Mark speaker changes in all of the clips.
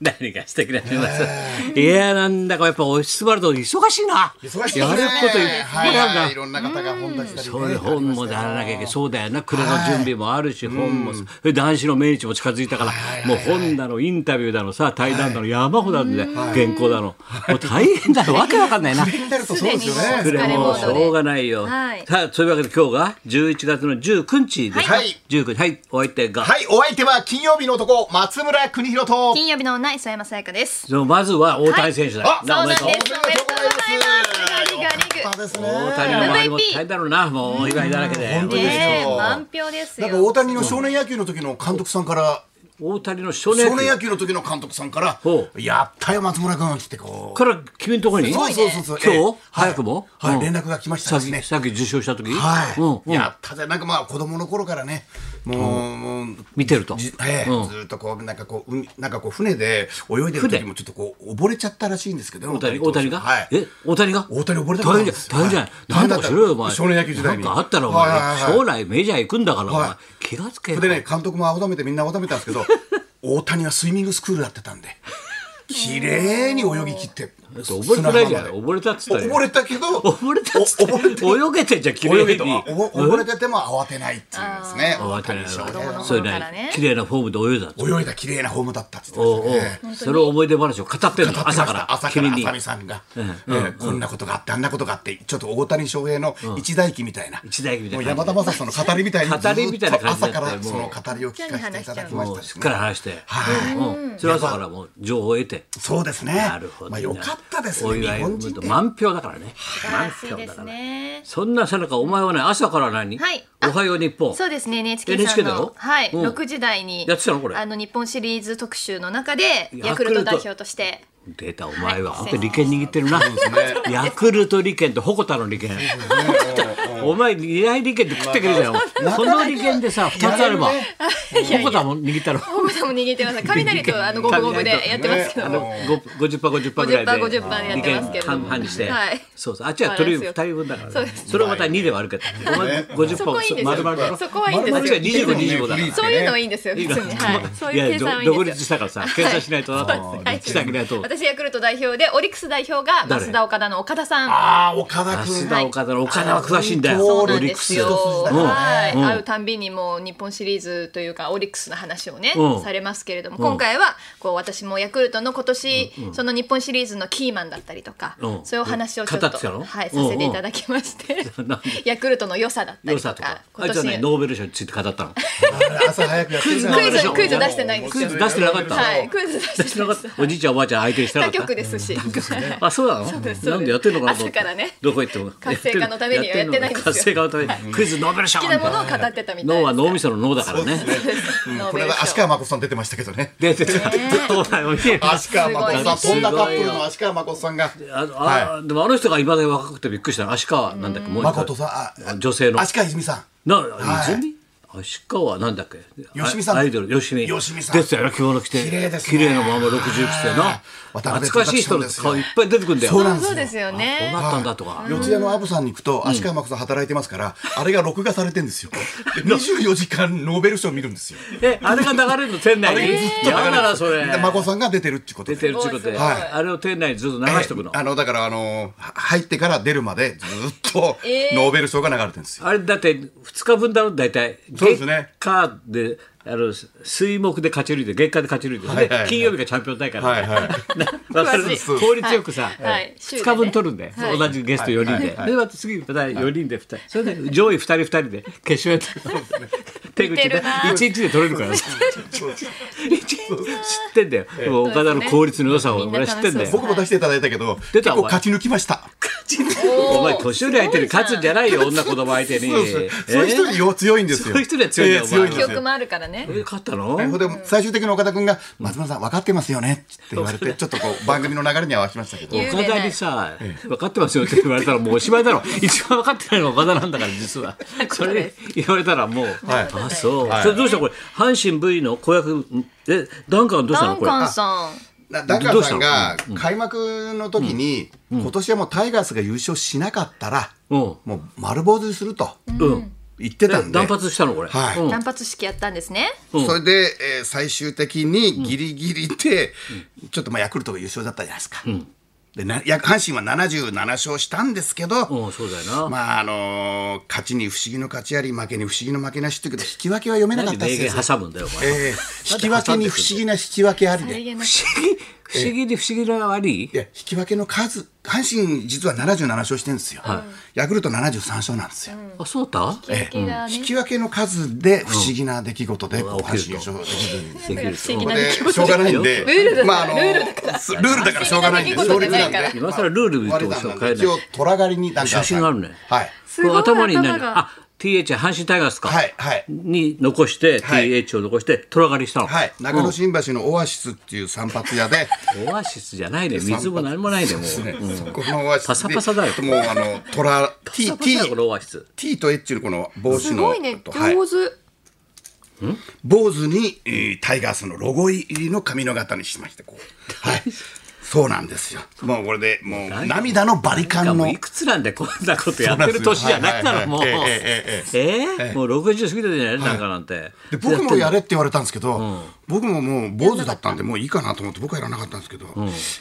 Speaker 1: 何かしてくれてます。いや、なんだかやっぱオフィスワールド忙しいな。
Speaker 2: 忙しい
Speaker 1: や
Speaker 2: です
Speaker 1: る
Speaker 2: ね
Speaker 1: こといっぱ
Speaker 2: はいい
Speaker 1: あ
Speaker 2: は
Speaker 1: る
Speaker 2: い
Speaker 1: な。
Speaker 2: いろんな方が本出したりね
Speaker 1: そういう本も出さなきゃいけない。そうだよな。暮れの準備もあるし、本も、それで男子の命日も近づいたから、もう本だの、インタビューだの、さ、対談だの、山ほどあるんだよ。原稿だの。もう大変だよ。わけわかん ないな。
Speaker 2: になるとそうですよね
Speaker 1: それもうしょうがないよ。
Speaker 3: はい
Speaker 1: さあ、というわけで今日が11月の19日ですか。
Speaker 2: はい
Speaker 1: 19日。はい、お相手が。
Speaker 2: はいお相手は金曜日の男松村邦弘と
Speaker 3: 金曜日の女磯山さやかです。
Speaker 1: そのまずは大谷選手だ。
Speaker 2: はい
Speaker 1: な
Speaker 3: そ
Speaker 1: お
Speaker 3: うな
Speaker 1: め
Speaker 3: ん
Speaker 1: で
Speaker 3: で
Speaker 1: と
Speaker 3: す。
Speaker 1: う
Speaker 3: おめでとうございます。
Speaker 2: よ
Speaker 3: ガリガリ
Speaker 2: か
Speaker 3: グ
Speaker 2: った。ですね
Speaker 1: 大谷の周りも大変だろうな。もうお祝いだらけで。
Speaker 2: 本当ですよ
Speaker 3: ねえ、満票です
Speaker 2: なん
Speaker 3: よ。
Speaker 2: か大谷の少年野球の時の監督さんから
Speaker 1: 大谷の少年
Speaker 2: 少
Speaker 1: 野
Speaker 2: 年
Speaker 1: 球
Speaker 2: 野球の時の監督さんから
Speaker 1: ほ
Speaker 2: 「やったよ松村君」っつってこう
Speaker 1: から君のところに
Speaker 2: そうそうそうそう
Speaker 1: 今日
Speaker 2: ええはい
Speaker 1: 早くも
Speaker 2: はい
Speaker 1: うん
Speaker 2: 連絡が来ました
Speaker 1: さっ
Speaker 2: です
Speaker 1: き
Speaker 2: ね
Speaker 1: さっき受賞した時
Speaker 2: はい、
Speaker 1: うんうん
Speaker 2: やったぜなんかまあ子供の頃からねもう,、もう
Speaker 1: 見てると
Speaker 2: じええ
Speaker 1: うん
Speaker 2: ずっとこうなんかこう海なんかこう船で泳いでる時もちょっとこう溺れちゃったらしいんですけど
Speaker 1: 大谷
Speaker 2: 投手
Speaker 1: 大谷が
Speaker 2: はい
Speaker 1: え大谷が
Speaker 2: 大谷溺れた
Speaker 1: 大変
Speaker 2: ん
Speaker 1: じ
Speaker 2: で
Speaker 1: ゃ
Speaker 2: す
Speaker 1: 大変じゃないなんとかしろよお前
Speaker 2: 少年野球時代に
Speaker 1: なんかあったらお前
Speaker 2: はいはいはい
Speaker 1: 将来メジャー行くんだからお前
Speaker 2: はい
Speaker 1: 気がつけ
Speaker 2: そ
Speaker 1: よ
Speaker 2: れでね監督も青めてみんな青めたんです けど大谷はスイミングスクールやってたんで綺麗に泳ぎ切って
Speaker 1: 溺れてないじゃない
Speaker 2: 砂浜まで
Speaker 1: 溺れたっつったよ
Speaker 2: 溺れたけ ど
Speaker 1: 溺れたっつって
Speaker 2: お溺れて
Speaker 1: 泳げてんじゃん綺麗
Speaker 2: 泳
Speaker 1: に
Speaker 2: げてもおぼ溺れてても慌てないっていうですね
Speaker 1: 慌てない
Speaker 2: 大谷
Speaker 3: 子
Speaker 2: 翔
Speaker 3: 供
Speaker 1: そういう
Speaker 3: から
Speaker 1: ね
Speaker 3: ね
Speaker 1: 綺麗なフォームで泳いだって
Speaker 2: 平泳いだ綺麗なホームだったって言
Speaker 1: お
Speaker 2: っ
Speaker 1: うお
Speaker 2: てまし
Speaker 1: う
Speaker 2: たね
Speaker 1: それを思い出話を語ってんの朝から
Speaker 2: 朝から
Speaker 1: 君に
Speaker 2: 浅見さんが、ええこんなことがあってあんなことがあってちょっと大谷翔平の一大記みたいな、
Speaker 1: 一大記みたいな
Speaker 2: もう山田正人の語りみたいに
Speaker 1: 語りみたいな感じだ
Speaker 2: ず
Speaker 1: っ
Speaker 2: ったと
Speaker 1: よ
Speaker 2: 朝からその語りを聞かせていただきま
Speaker 1: も
Speaker 2: し
Speaker 1: う
Speaker 2: た
Speaker 1: す
Speaker 2: し
Speaker 1: っ
Speaker 2: ね
Speaker 1: から話して、
Speaker 2: はい
Speaker 1: うんうんそれは朝からもう情報を得て
Speaker 2: そうですね
Speaker 1: なるほど、
Speaker 2: まあ、よかったです
Speaker 1: お
Speaker 2: ね日
Speaker 1: 祝い
Speaker 2: 本人って
Speaker 1: 満票だからね
Speaker 3: 素晴らしいですね。
Speaker 1: そんなさなかお前はね朝から何、
Speaker 3: はい
Speaker 1: おはよう日本
Speaker 3: そうですね NHK さ
Speaker 1: NHK
Speaker 3: ん
Speaker 1: だろ
Speaker 3: のはい
Speaker 1: うん
Speaker 3: 6時台に
Speaker 1: やってたのこれ
Speaker 3: あの日本シリーズ特集の中で
Speaker 1: ヤクルト
Speaker 3: ヤクルト代表として
Speaker 1: 出たお前は
Speaker 3: はい
Speaker 1: 本当に利権握ってるな、ヤクルト利権と鉾田の利権お前二大利権で食ってくれたよその利権でさ二つあれば鉾田も握ったろ
Speaker 3: ホームランも握ってます雷と あの五分五分でやってますけど
Speaker 1: あ
Speaker 3: も
Speaker 1: のご50パー50パーぐらいで
Speaker 3: 50%やってます
Speaker 1: 利
Speaker 3: けど
Speaker 1: 権半々にして、
Speaker 3: はい
Speaker 1: そうそうあっちは取り2人分だから、ね、
Speaker 3: そうです
Speaker 1: れをまた2で割るけど、お前50%
Speaker 3: そこいいんですよ
Speaker 1: 丸々だろ
Speaker 3: そこはいいんですよ
Speaker 1: 丸々が2525だから
Speaker 3: そういうのはいいんですよ別
Speaker 1: いい
Speaker 3: に はいそう
Speaker 1: い
Speaker 3: いう
Speaker 1: や
Speaker 3: 計
Speaker 1: ど
Speaker 3: 算はいいんですよ
Speaker 1: 独立したからさ計算しないとなしたくないと
Speaker 3: 私ヤクルト代表でオリックス代表が
Speaker 1: 誰
Speaker 3: 増田岡田の岡田さん
Speaker 2: ああ岡田君
Speaker 1: 須田岡田の岡田は詳しいんだよ
Speaker 3: そう
Speaker 2: オ
Speaker 3: な
Speaker 1: オ
Speaker 3: ん
Speaker 1: リ
Speaker 3: で
Speaker 1: ック
Speaker 3: す
Speaker 1: ス
Speaker 3: よ。
Speaker 1: うん
Speaker 3: はい、
Speaker 1: うん
Speaker 3: 会うたんびにもう日本シリーズというかオリックスの話をね、
Speaker 1: うん
Speaker 3: されますけれども、今回はこう私もヤクルトの今年、その日本シリーズのキーマンだったりとか、
Speaker 1: うん
Speaker 3: そういうお話をちょっ
Speaker 1: 語ってたの
Speaker 3: と、はい、させていただきまして、
Speaker 1: なん で
Speaker 3: ヤクルトの良さだった
Speaker 1: 良
Speaker 3: りと
Speaker 1: さと
Speaker 3: か
Speaker 1: か、あいつはねノーベル賞について語ったの
Speaker 2: 朝早くやってる
Speaker 3: クイズクイズ出してないんです
Speaker 1: クイ
Speaker 3: よ
Speaker 1: ズ出してなかった
Speaker 3: はい、クイズ
Speaker 1: 出
Speaker 3: 出し
Speaker 1: してて
Speaker 3: な
Speaker 1: ないかっ
Speaker 3: です
Speaker 1: た おじいちゃんおばあちゃん相手にしてなか
Speaker 3: 他
Speaker 1: った
Speaker 3: 局ですし、はい
Speaker 1: あ、そうなの
Speaker 3: うですそうです
Speaker 1: なんでやってんのかなと思って
Speaker 3: 朝からね
Speaker 1: どこ行っても。
Speaker 3: 活性化のためにはやってないんですよ
Speaker 1: 活性化のために。クイズノーベル賞
Speaker 3: 好きなものを語ってたみたいです
Speaker 1: 脳は脳みその脳だからね。
Speaker 3: ノー
Speaker 2: こ
Speaker 3: ベ
Speaker 2: れ
Speaker 3: ル
Speaker 2: は足
Speaker 3: 賞。
Speaker 2: 川真子さん出てましたけどね
Speaker 1: 出てた。そうだよね
Speaker 2: 足川真子さん
Speaker 1: すごい
Speaker 2: 飛ん
Speaker 1: よ
Speaker 2: だカップルの足川真子さんが
Speaker 1: あの
Speaker 2: は
Speaker 1: あでもあの人が今まで若くてびっくりしたの。足川なんだっけもう一
Speaker 2: 真
Speaker 1: 個
Speaker 2: 子とさんあ
Speaker 1: 女性の。
Speaker 2: 足川泉さん
Speaker 1: な、
Speaker 2: はい
Speaker 1: 泉足川なんだっけ
Speaker 2: 吉見さん
Speaker 1: アイドル、吉見。
Speaker 2: 吉見さん
Speaker 1: 出てたよな、着物着て。
Speaker 2: 綺麗ですね
Speaker 1: 綺麗なまま69歳な。
Speaker 2: 渡辺
Speaker 1: 懐かしい人の顔いっぱい出てくるんだよ。
Speaker 2: そう
Speaker 1: こ
Speaker 2: なんですよ
Speaker 3: そうですよ
Speaker 1: う
Speaker 3: ね。
Speaker 1: なったんだとか。
Speaker 2: 四谷のアブさんに行くと足川真子さん働いてますから、あれが録画されてんですよで24 時間ノーベル賞見るんですよ
Speaker 1: え、あれが流れるの店内に。やだな、それ。
Speaker 2: で真子さんが出てるってこと
Speaker 1: 出
Speaker 2: で
Speaker 1: てるってことで、
Speaker 2: はい
Speaker 1: あれを店内にずっと流
Speaker 2: ええ
Speaker 1: しとくの。
Speaker 2: あのだからあのは入ってから出るまでずっと
Speaker 3: ええ
Speaker 2: ノーベル賞が流れてるんですよ、
Speaker 1: あれだって2日分だろ大体
Speaker 2: そうですね
Speaker 1: 月火であの水木で勝ち抜いて月火で勝ち抜いて、
Speaker 2: はいはいはい
Speaker 1: で金曜日がチャンピオン大会
Speaker 2: は
Speaker 1: だ
Speaker 2: い
Speaker 1: か
Speaker 2: はい
Speaker 1: ら、わかる
Speaker 3: 詳し
Speaker 2: い
Speaker 1: 効率よくさ、
Speaker 3: はいはい
Speaker 1: 2日分取るんで、
Speaker 3: はい
Speaker 1: 同じゲスト4人で、でまた次また4人で2人、それで上位2人2人で決勝やって、手口
Speaker 3: 似て
Speaker 1: で
Speaker 3: るな
Speaker 1: 1日で取れるからね一日知ってんだよ、もう岡田の効率の良さを俺は知ってんだよ
Speaker 2: 僕も出していただいたけど
Speaker 1: 出
Speaker 2: 結
Speaker 1: た
Speaker 2: 構
Speaker 1: お前
Speaker 2: 勝ち抜きました
Speaker 1: お前年寄り相手に勝つんじゃないよ女子供相手に
Speaker 2: そうですそういう人によ強いんですよ
Speaker 1: そういう人には強いんだよ
Speaker 2: ええ強いんで
Speaker 3: 記
Speaker 2: す
Speaker 3: 憶
Speaker 2: よ
Speaker 3: もあるからね。
Speaker 1: え勝ったの
Speaker 2: それで最終的に岡田君が「松村さん分かってますよね」って言われてちょっとこう番組の流れには沸きましたけど
Speaker 3: 言う
Speaker 1: 岡田にさ、分かってますよって言われたらもうおしまいだろ一番分かってないのが岡田なんだから実 はそれ言われたらもう、
Speaker 2: はい
Speaker 1: あそう、それどうしたこれ阪神 V の子役えダンカンどうした
Speaker 3: ダ
Speaker 1: の
Speaker 3: ン
Speaker 1: これ
Speaker 3: カンさん。
Speaker 2: なダンカンさんが開幕の時に、今年はもうタイガースが優勝しなかったら、
Speaker 1: うん
Speaker 2: もう丸坊主にすると、
Speaker 1: うん
Speaker 2: 言ってたんで
Speaker 1: 断髪したのこれ、
Speaker 2: はい
Speaker 1: うん
Speaker 3: 断髪式やったんですね。
Speaker 1: うん
Speaker 2: それで、えー最終的にギリギリで、ちょっとまあヤクルトが優勝だったじゃないですか。でなや阪神は77勝したんですけど、
Speaker 1: うんそうだよな、
Speaker 2: まああのー勝ちに不思議の勝ちあり負けに不思議の負けなしって言うけど引き分けは読めなか
Speaker 1: 何
Speaker 2: った
Speaker 1: 名
Speaker 2: で
Speaker 1: 言
Speaker 2: すよ。
Speaker 1: 挟むんだよお前、
Speaker 2: えー引き分けに不思議な引き分けあり
Speaker 3: さり
Speaker 2: で。
Speaker 3: げなく
Speaker 1: 不思議不思議で不思議な悪い
Speaker 2: いや引き分けの数阪神実は77勝してるんですよ、ヤクルト73勝なんですよ、
Speaker 1: あそうだ
Speaker 3: 引きだね
Speaker 2: 引き分けの数で不思議な出来事で、こう
Speaker 1: うん
Speaker 2: 阪神優勝できるんです
Speaker 1: できる
Speaker 3: 不思議な出来
Speaker 2: でし
Speaker 3: 事
Speaker 2: ょうがないんで、
Speaker 3: ルだから
Speaker 2: まああの
Speaker 3: ルール
Speaker 2: すルールだからしょうがないんで、
Speaker 3: 不思
Speaker 2: 勝
Speaker 3: 議
Speaker 2: 率な
Speaker 3: な出来事
Speaker 2: ん
Speaker 3: じゃない
Speaker 2: で、
Speaker 1: 今更ルール言って
Speaker 2: 割れ
Speaker 1: も
Speaker 2: た
Speaker 1: しょ
Speaker 2: ん
Speaker 1: う
Speaker 2: な
Speaker 1: が
Speaker 2: んで、一
Speaker 1: な
Speaker 2: 応
Speaker 1: い
Speaker 2: 虎狩りになんか
Speaker 1: 写真があるね
Speaker 2: はい
Speaker 3: すごい
Speaker 1: 頭に
Speaker 3: 頭
Speaker 1: 何
Speaker 3: が
Speaker 1: あ TH 阪神タイガースか、
Speaker 2: はいはい
Speaker 1: に残して、
Speaker 2: はい
Speaker 1: TH を残して虎狩りしたの、
Speaker 2: はい中野新橋のオアシスっていう散髪屋で、
Speaker 1: オアシスじゃないね水も何もないねも、
Speaker 2: そううですねそこのオアシスで
Speaker 1: パサパサだよ
Speaker 2: もうあの虎 T
Speaker 1: サ
Speaker 2: T
Speaker 1: だこのオアシス
Speaker 2: T と H のこの帽子
Speaker 3: す
Speaker 2: の
Speaker 3: ごいね
Speaker 2: とはい
Speaker 3: 上手。
Speaker 2: 坊主に、えータイガースのロゴ入りの髪の型にしましてこうはいそうなんですよもうこれでもう涙のバリカ
Speaker 1: が
Speaker 2: ン
Speaker 1: もう
Speaker 2: の
Speaker 1: いくつなんでこんなことやってる年じゃなくなのもう
Speaker 2: そうなんですよはいはいはい
Speaker 1: え
Speaker 2: え
Speaker 1: ーもう60過ぎてるじゃないなんかなんて
Speaker 2: で僕もやれって言われたんですけど、僕ももう坊主だったんでもういいかなと思って僕はやらなかったんですけど、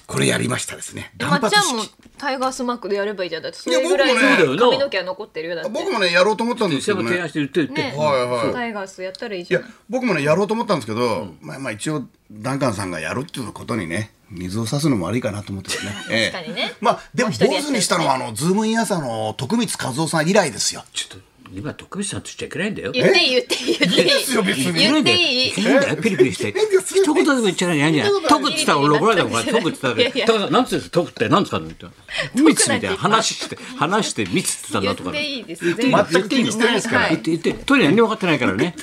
Speaker 2: これやりましたですね
Speaker 3: え
Speaker 2: 断
Speaker 3: まっ
Speaker 2: 髪
Speaker 3: ちゃんも
Speaker 2: 式
Speaker 3: タイガースマークでやればいいじゃんだってそ
Speaker 2: や
Speaker 3: れぐらい
Speaker 2: 僕もね
Speaker 1: そうだよな
Speaker 3: の髪の毛は残ってるよだって。
Speaker 2: 僕もねやろうと思ったんです
Speaker 1: 一
Speaker 2: け
Speaker 1: 緒
Speaker 2: ど
Speaker 1: も提案
Speaker 2: ね
Speaker 1: して言って言って、
Speaker 3: ね、
Speaker 2: はいはい
Speaker 3: タイガースやったらいい
Speaker 2: い
Speaker 3: じゃ
Speaker 2: や
Speaker 3: ない。
Speaker 2: 僕もねやろうと思ったんですけど、まあまあ一応ダンカンさんがやるっていうことにね水を差すのも悪いかなと思ってですねええ
Speaker 3: 確かにね
Speaker 2: まあでも
Speaker 3: もう
Speaker 2: 坊
Speaker 3: 一人やってる
Speaker 2: 主にしたのはあのズームイン朝の徳光和夫さん以来ですよ
Speaker 1: ちょっと今徳光さんと言っちゃいけないんだよ
Speaker 3: 言っていい言っていい言っていい。
Speaker 2: ですよ別に
Speaker 3: 言ってい
Speaker 1: い
Speaker 3: い。
Speaker 1: いんだよピリピリして一言でも言っちゃいけないんじゃない徳って言ったら俺怒られたもん徳って言ったら「高さん何つうんです徳って何つかの?」みたいな「密」みたいな話して話して密って言ったんだとか
Speaker 3: 言っていいです。
Speaker 2: 全く気にしてないですから
Speaker 3: は
Speaker 1: 言って言ってとに何も分かってないからね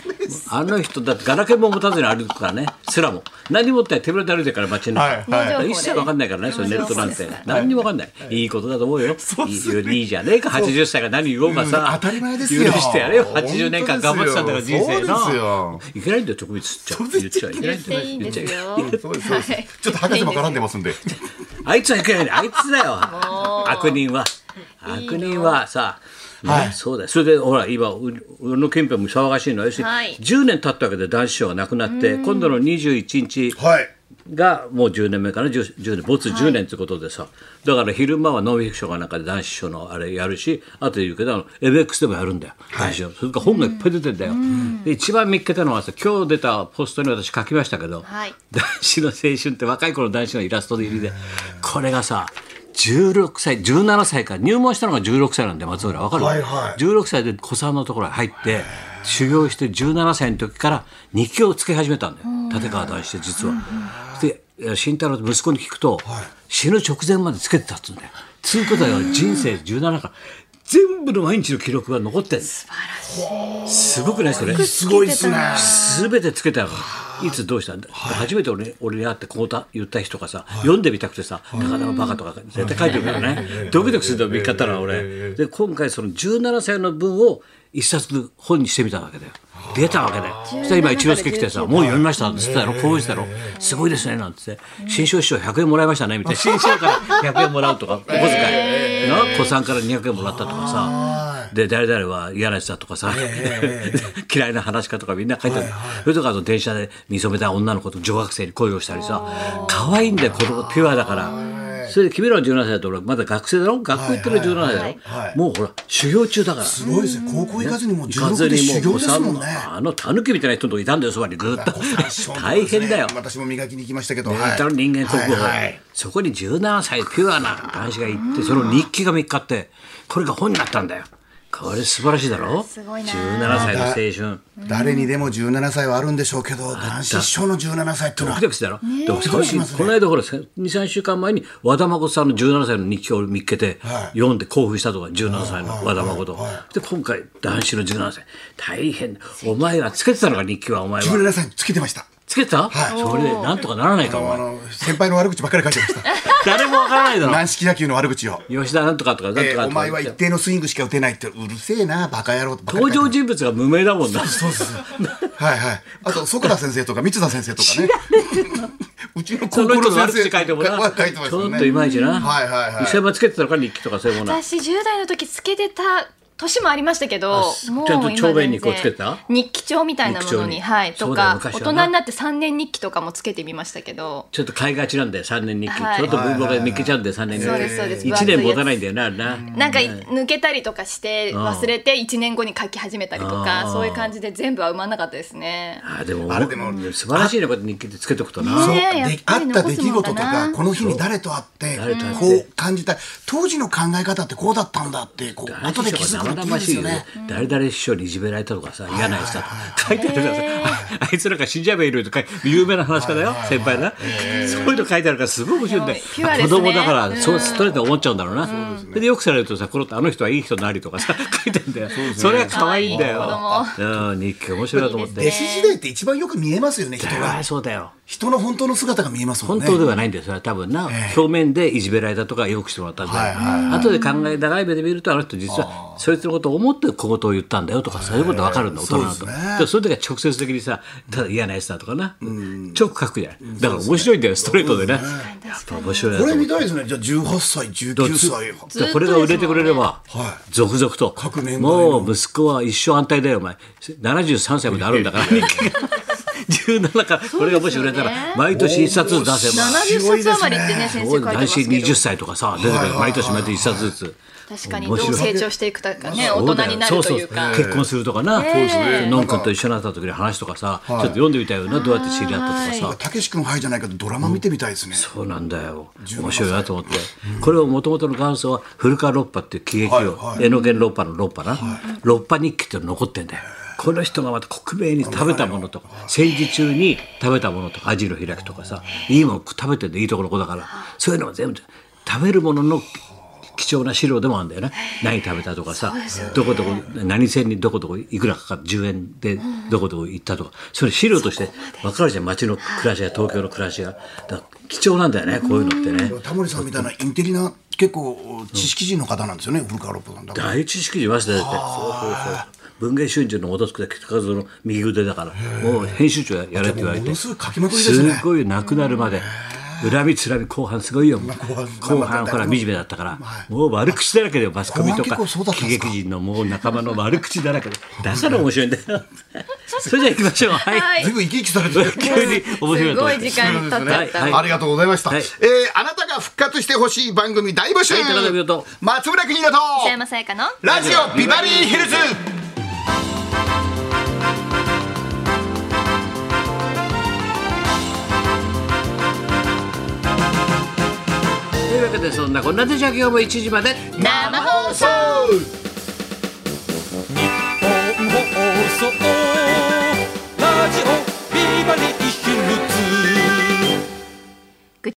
Speaker 1: あの人だってガラケーも持たずに歩くからねスラも何持ってない手ぶらで歩いてるから街に、
Speaker 2: はいはい
Speaker 1: 一切分かんないからねそのネットなんて何にも分かんない、い、いことだと思うよいいよいいじゃねえか80歳が何言おうかさ、
Speaker 2: うん当たり前ですよ
Speaker 1: 許してやれよ80年間頑張ってたんだから人生
Speaker 2: そうです
Speaker 1: な
Speaker 2: よ
Speaker 1: いけないんだよ直立っちゃ言っちゃいけない
Speaker 3: 言
Speaker 1: ん
Speaker 3: っ
Speaker 1: だよ
Speaker 3: ていいんですよ。
Speaker 2: そうですそうです、
Speaker 3: はい
Speaker 2: ちょっと博士も絡んでますんで
Speaker 1: あいつはいけないねあいつだよ
Speaker 3: もう
Speaker 1: 悪人は悪人はさね、そうだよそれでほら今う宇野憲兵も騒がしいのは要するに
Speaker 3: はい
Speaker 1: 10年経ったわけで男子賞がなくなって今度の21日
Speaker 2: はい
Speaker 1: がもう10年目かな 10, 10年没10年ってことでさ、だから昼間はノンフィクションかなんかで男子賞のあれやるしあとで言うけどあの MX でもやるんだよ男子賞、それから本がいっぱい出てんだよ、で一番見っけたのはさ今日出たポストに私書きましたけど、
Speaker 3: はい
Speaker 1: 男子の青春って若い頃の男子のイラストで入りでこれがさ16歳17歳から入門したのが16歳なんで松浦わかる、
Speaker 2: はいはい
Speaker 1: 16歳で古参のところに入って修行して17歳の時から日記をつけ始めたんだよ立川談志って実は。で慎太郎と息子に聞くと、死ぬ直前までつけてたっつうんだよ。つうことは人生17から全部の毎日の記録が残ってる素晴らしいすごくないそれ
Speaker 2: すごいですね
Speaker 1: すべてつけたからいつどうしたんだ、初めて俺俺に会ってこうた言った人がさ、読んでみたくてさ「高田のバカ」とか絶対書いてるからね、ドキドキすると見っかったら俺、で今回その17歳の分を一冊本にしてみたわけだよ出たわけだよそしたら今一之輔来てさ「もう読みました」って言ってたのこうしたの「すごいですね」なんつって「新章師匠100円もらいましたね」みたいな新章から100円もらうとかお小遣い、な子さんから200円もらったとかさで誰々は嫌なやつだとかさ、 嫌いな話かとかみんな書いてある、それとかあの電車で見初めた女の子と女学生に恋をしたりさ可愛いんだよ子供ピュアだからそれで君らの17歳だと俺まだ学生だろ学校行ってる17歳だろ、
Speaker 2: はい
Speaker 1: もうほら修行中だから。
Speaker 2: すごいですね高校行かずにもう
Speaker 1: 行か
Speaker 2: 16
Speaker 1: ず
Speaker 2: で
Speaker 1: にも
Speaker 2: 修
Speaker 1: う
Speaker 2: 行
Speaker 1: お
Speaker 2: です
Speaker 1: 産
Speaker 2: もん
Speaker 1: の
Speaker 2: ね
Speaker 1: あの狸みたいな人のとこいたんだよそばにぐーっと
Speaker 2: ご参 照の
Speaker 1: 大変だよ
Speaker 2: ですね私も磨きに行きましたけど、
Speaker 1: 本当の人間国宝、
Speaker 2: はいはい
Speaker 1: そこに17歳ピュアな男子が行ってその日記が見っかってこれが本になったんだよこれ素晴らしいだろ
Speaker 3: すごいな
Speaker 1: 17歳の青春
Speaker 2: 誰にでも17歳はあるんでしょうけど男子師匠の17歳っていうの
Speaker 1: ド
Speaker 2: は
Speaker 1: キドキするだろ、でも少し
Speaker 2: しますね
Speaker 1: この間ほら23週間前に和田誠さんの17歳の日記を見っけて、
Speaker 2: はい
Speaker 1: 読んで興奮したとか17歳の和田誠、で今回男子の17歳大変お前はつけてたのか日記はお前は
Speaker 2: 17歳つけてました
Speaker 1: つけてた、
Speaker 2: はい
Speaker 1: それでなんとかならないかお前
Speaker 2: あの先輩の悪口ばっかり書いてました
Speaker 1: 誰もわからないだろ
Speaker 2: 軟式野球の悪口を
Speaker 1: 吉田なんとかとかなんとか
Speaker 2: え
Speaker 1: と
Speaker 2: ー
Speaker 1: か
Speaker 2: お前は一定のスイングしか打てないってうるせえなバカ野郎ってばっか
Speaker 1: 登
Speaker 2: り書
Speaker 1: 場
Speaker 2: いて
Speaker 1: 人物が無名だもんな。
Speaker 2: そうそうそうはいはいあと速田先生とか三田先生とかねうちの
Speaker 1: そ
Speaker 2: 高
Speaker 1: の
Speaker 2: 校
Speaker 1: 人
Speaker 2: の
Speaker 1: の悪
Speaker 2: 先
Speaker 1: 口
Speaker 2: 生
Speaker 1: 書いてもな。
Speaker 2: 書いてま
Speaker 1: ち
Speaker 2: したよ
Speaker 1: ょ
Speaker 2: ね
Speaker 1: っといまいちな。
Speaker 2: はいはいはい
Speaker 1: 石山つけてたのか日記とかそういうものは。
Speaker 3: 私10代の時つけてた年もありましたけ
Speaker 1: あ
Speaker 3: ど
Speaker 1: す
Speaker 3: もう
Speaker 1: ちゃんと
Speaker 3: 今
Speaker 1: 長
Speaker 3: 全
Speaker 1: 鞭
Speaker 3: 然
Speaker 1: にこうつけてた
Speaker 3: 日記帳みたいなも
Speaker 1: 日記
Speaker 3: の
Speaker 1: 帳
Speaker 3: に
Speaker 1: に
Speaker 3: はい
Speaker 1: そ
Speaker 3: と
Speaker 1: うだよ
Speaker 3: か大
Speaker 1: 昔は
Speaker 3: 人
Speaker 1: な
Speaker 3: になって3年日記とかもつけてみましたけど
Speaker 1: ちょっと買いがちなんだよ3年日記、
Speaker 3: はい
Speaker 1: ちょっと文房が抜けちゃうんだよ3年日記、
Speaker 3: そうですそうです
Speaker 1: 1年持たない
Speaker 3: 分厚いや
Speaker 1: んだよなあれな、
Speaker 3: つなんか抜けたりとかして
Speaker 1: ん
Speaker 3: 忘れて1年後に書き始めたりと
Speaker 1: あ
Speaker 3: か
Speaker 1: ー
Speaker 3: そういう感じで全部は埋まんなかったですね
Speaker 1: あでも
Speaker 2: あれでも
Speaker 1: 素晴らしいねこうやって日記ってつけとくとな、
Speaker 2: そう
Speaker 3: ねえやっ
Speaker 2: であ
Speaker 3: ぱり
Speaker 2: った
Speaker 3: 残
Speaker 2: 出
Speaker 3: す
Speaker 2: 来
Speaker 3: もん
Speaker 2: 事
Speaker 3: だ
Speaker 2: と
Speaker 3: な
Speaker 2: かこの日に誰と会って
Speaker 1: 誰と会って
Speaker 2: こう感じた後時の考え方ってこうだったんだってこう後で気づくのっていいですよね。
Speaker 1: 誰々師匠にいじめられたとかさ嫌なやつだと書いてあるからさ
Speaker 3: へ
Speaker 1: ああいつなんか死んじゃえばいるとか有名な話家だよ先輩なそういうの書いてあるからすごい面白いんだよ
Speaker 3: いやピュアです
Speaker 1: 子供
Speaker 3: ね
Speaker 1: だから
Speaker 3: うん
Speaker 1: そうストレートに思っちゃうんだろうなそれでよくされるとさこのあの人はいい人なりとか さ書いてあるんだよそれが可愛いんだよ
Speaker 3: 可
Speaker 1: うん日記面白いなと思っ
Speaker 3: いい
Speaker 1: て
Speaker 2: 弟
Speaker 3: で
Speaker 2: 子時代って一番よく見えますよね人が
Speaker 1: そうだよ
Speaker 2: 人の本当の姿が見えますもん
Speaker 1: 本
Speaker 2: ね。
Speaker 1: 当ではないんですよ、多分な、表面でいじめられたとか、よくしてもらったんで、
Speaker 2: はいはい
Speaker 1: 後で考え、長い目で見ると、あの人、実はそいつのことを思って小言を言ったんだよとか、そういうこと分かるんだ、大人だと。
Speaker 2: そう
Speaker 1: で
Speaker 2: ですね
Speaker 1: もそういう時は直接的にさ、ただ嫌なやつだとかな、ちょく書くじゃない。だから面白いんだよ、ストレートでね。やっぱ面白いな
Speaker 2: ことれ
Speaker 1: 思っ
Speaker 2: 見
Speaker 1: て
Speaker 2: たいですねじゃあ18歳19歳
Speaker 3: ず
Speaker 1: でこれが売れてくれれば
Speaker 2: は、
Speaker 1: 続々と
Speaker 2: 各年代、
Speaker 1: も
Speaker 2: の
Speaker 1: う息子は一生安泰だよ、お前。73歳まであるんだから、日記が。17から、これがもし売れた
Speaker 3: そうですよ
Speaker 1: ら、
Speaker 3: ね
Speaker 1: 毎年一冊出せば。
Speaker 3: 70冊余りってね
Speaker 1: す
Speaker 3: 先
Speaker 1: ごい
Speaker 3: 生書いてま
Speaker 1: 男
Speaker 3: す
Speaker 1: 子
Speaker 3: けど
Speaker 1: 20歳とかさ出てくる毎年毎年一冊ずつ
Speaker 3: 確かにど
Speaker 1: 面
Speaker 3: う
Speaker 1: 白い
Speaker 3: 成長していくかね
Speaker 1: そ
Speaker 3: 大
Speaker 1: うだ
Speaker 3: 人
Speaker 1: よ
Speaker 3: になるという
Speaker 1: そ
Speaker 3: か
Speaker 1: うそう結婚するとかなノン君と一緒になった時の話とかさちょっと読んでみたいよなどうやって知り合ったとかさ
Speaker 2: たけし君はいじゃないけどドラマ見てみたいですね。
Speaker 1: そうなんだよ面白いなと思ってこれをもともとの元祖は古川六波っていう喜劇を
Speaker 2: はいはい
Speaker 1: 江ノ県六波の六波な六波日記っていうの残ってんだよこの人がまた克明に食べたものとか戦時中に食べたものとかアジの開きとかさいいもん食べてんでいいとこの子だからそういうのも全部食べるものの貴重な資料でもあるんだよね何食べたとかさ、どこどこ何線にどこどこいくらかかって10円でどこどこ行ったとかそれ資料として分かるじゃん街の暮らしや東京の暮らしがだから貴重なんだよねこういうのってね
Speaker 2: タモリさんみたいなインテリな結構知識人の方なんですよね古川ロッポさんだから。
Speaker 1: 第一式早稲田だってそうそうそう文藝春秋の元作った北和夫の右腕だからもう編集長やれって言われ
Speaker 2: も
Speaker 1: て
Speaker 2: のすごい書きまくりですすね。
Speaker 1: ごいなくなるまで恨みつらみ後半すごいよ
Speaker 2: 後半
Speaker 1: 後半ほら惨めだったからもう悪口だらけだよマスコミとか
Speaker 2: 後半結構そうだった
Speaker 1: 喜
Speaker 2: んですか
Speaker 1: 劇人のもう仲間の悪口だらけでだから面白いんだ よそれじゃあ行きましょうはい
Speaker 3: はい
Speaker 2: ずいぶん生き生きされてる。
Speaker 1: 急 に面白いなと思っ
Speaker 3: すご
Speaker 1: て
Speaker 3: い時間経っちゃった
Speaker 1: はい
Speaker 2: ありがとうございました。
Speaker 1: はい
Speaker 2: えーあなたが復活してほしい番組大募集。
Speaker 1: はい田中美穂と
Speaker 2: 松村邦乃と。
Speaker 3: 北山さやかの
Speaker 2: ラジオビバリーヒルズ。
Speaker 1: というわけでそんなこんなでじゃあ今日も1時まで
Speaker 3: 生放送
Speaker 4: 日本放送ラジオビバリー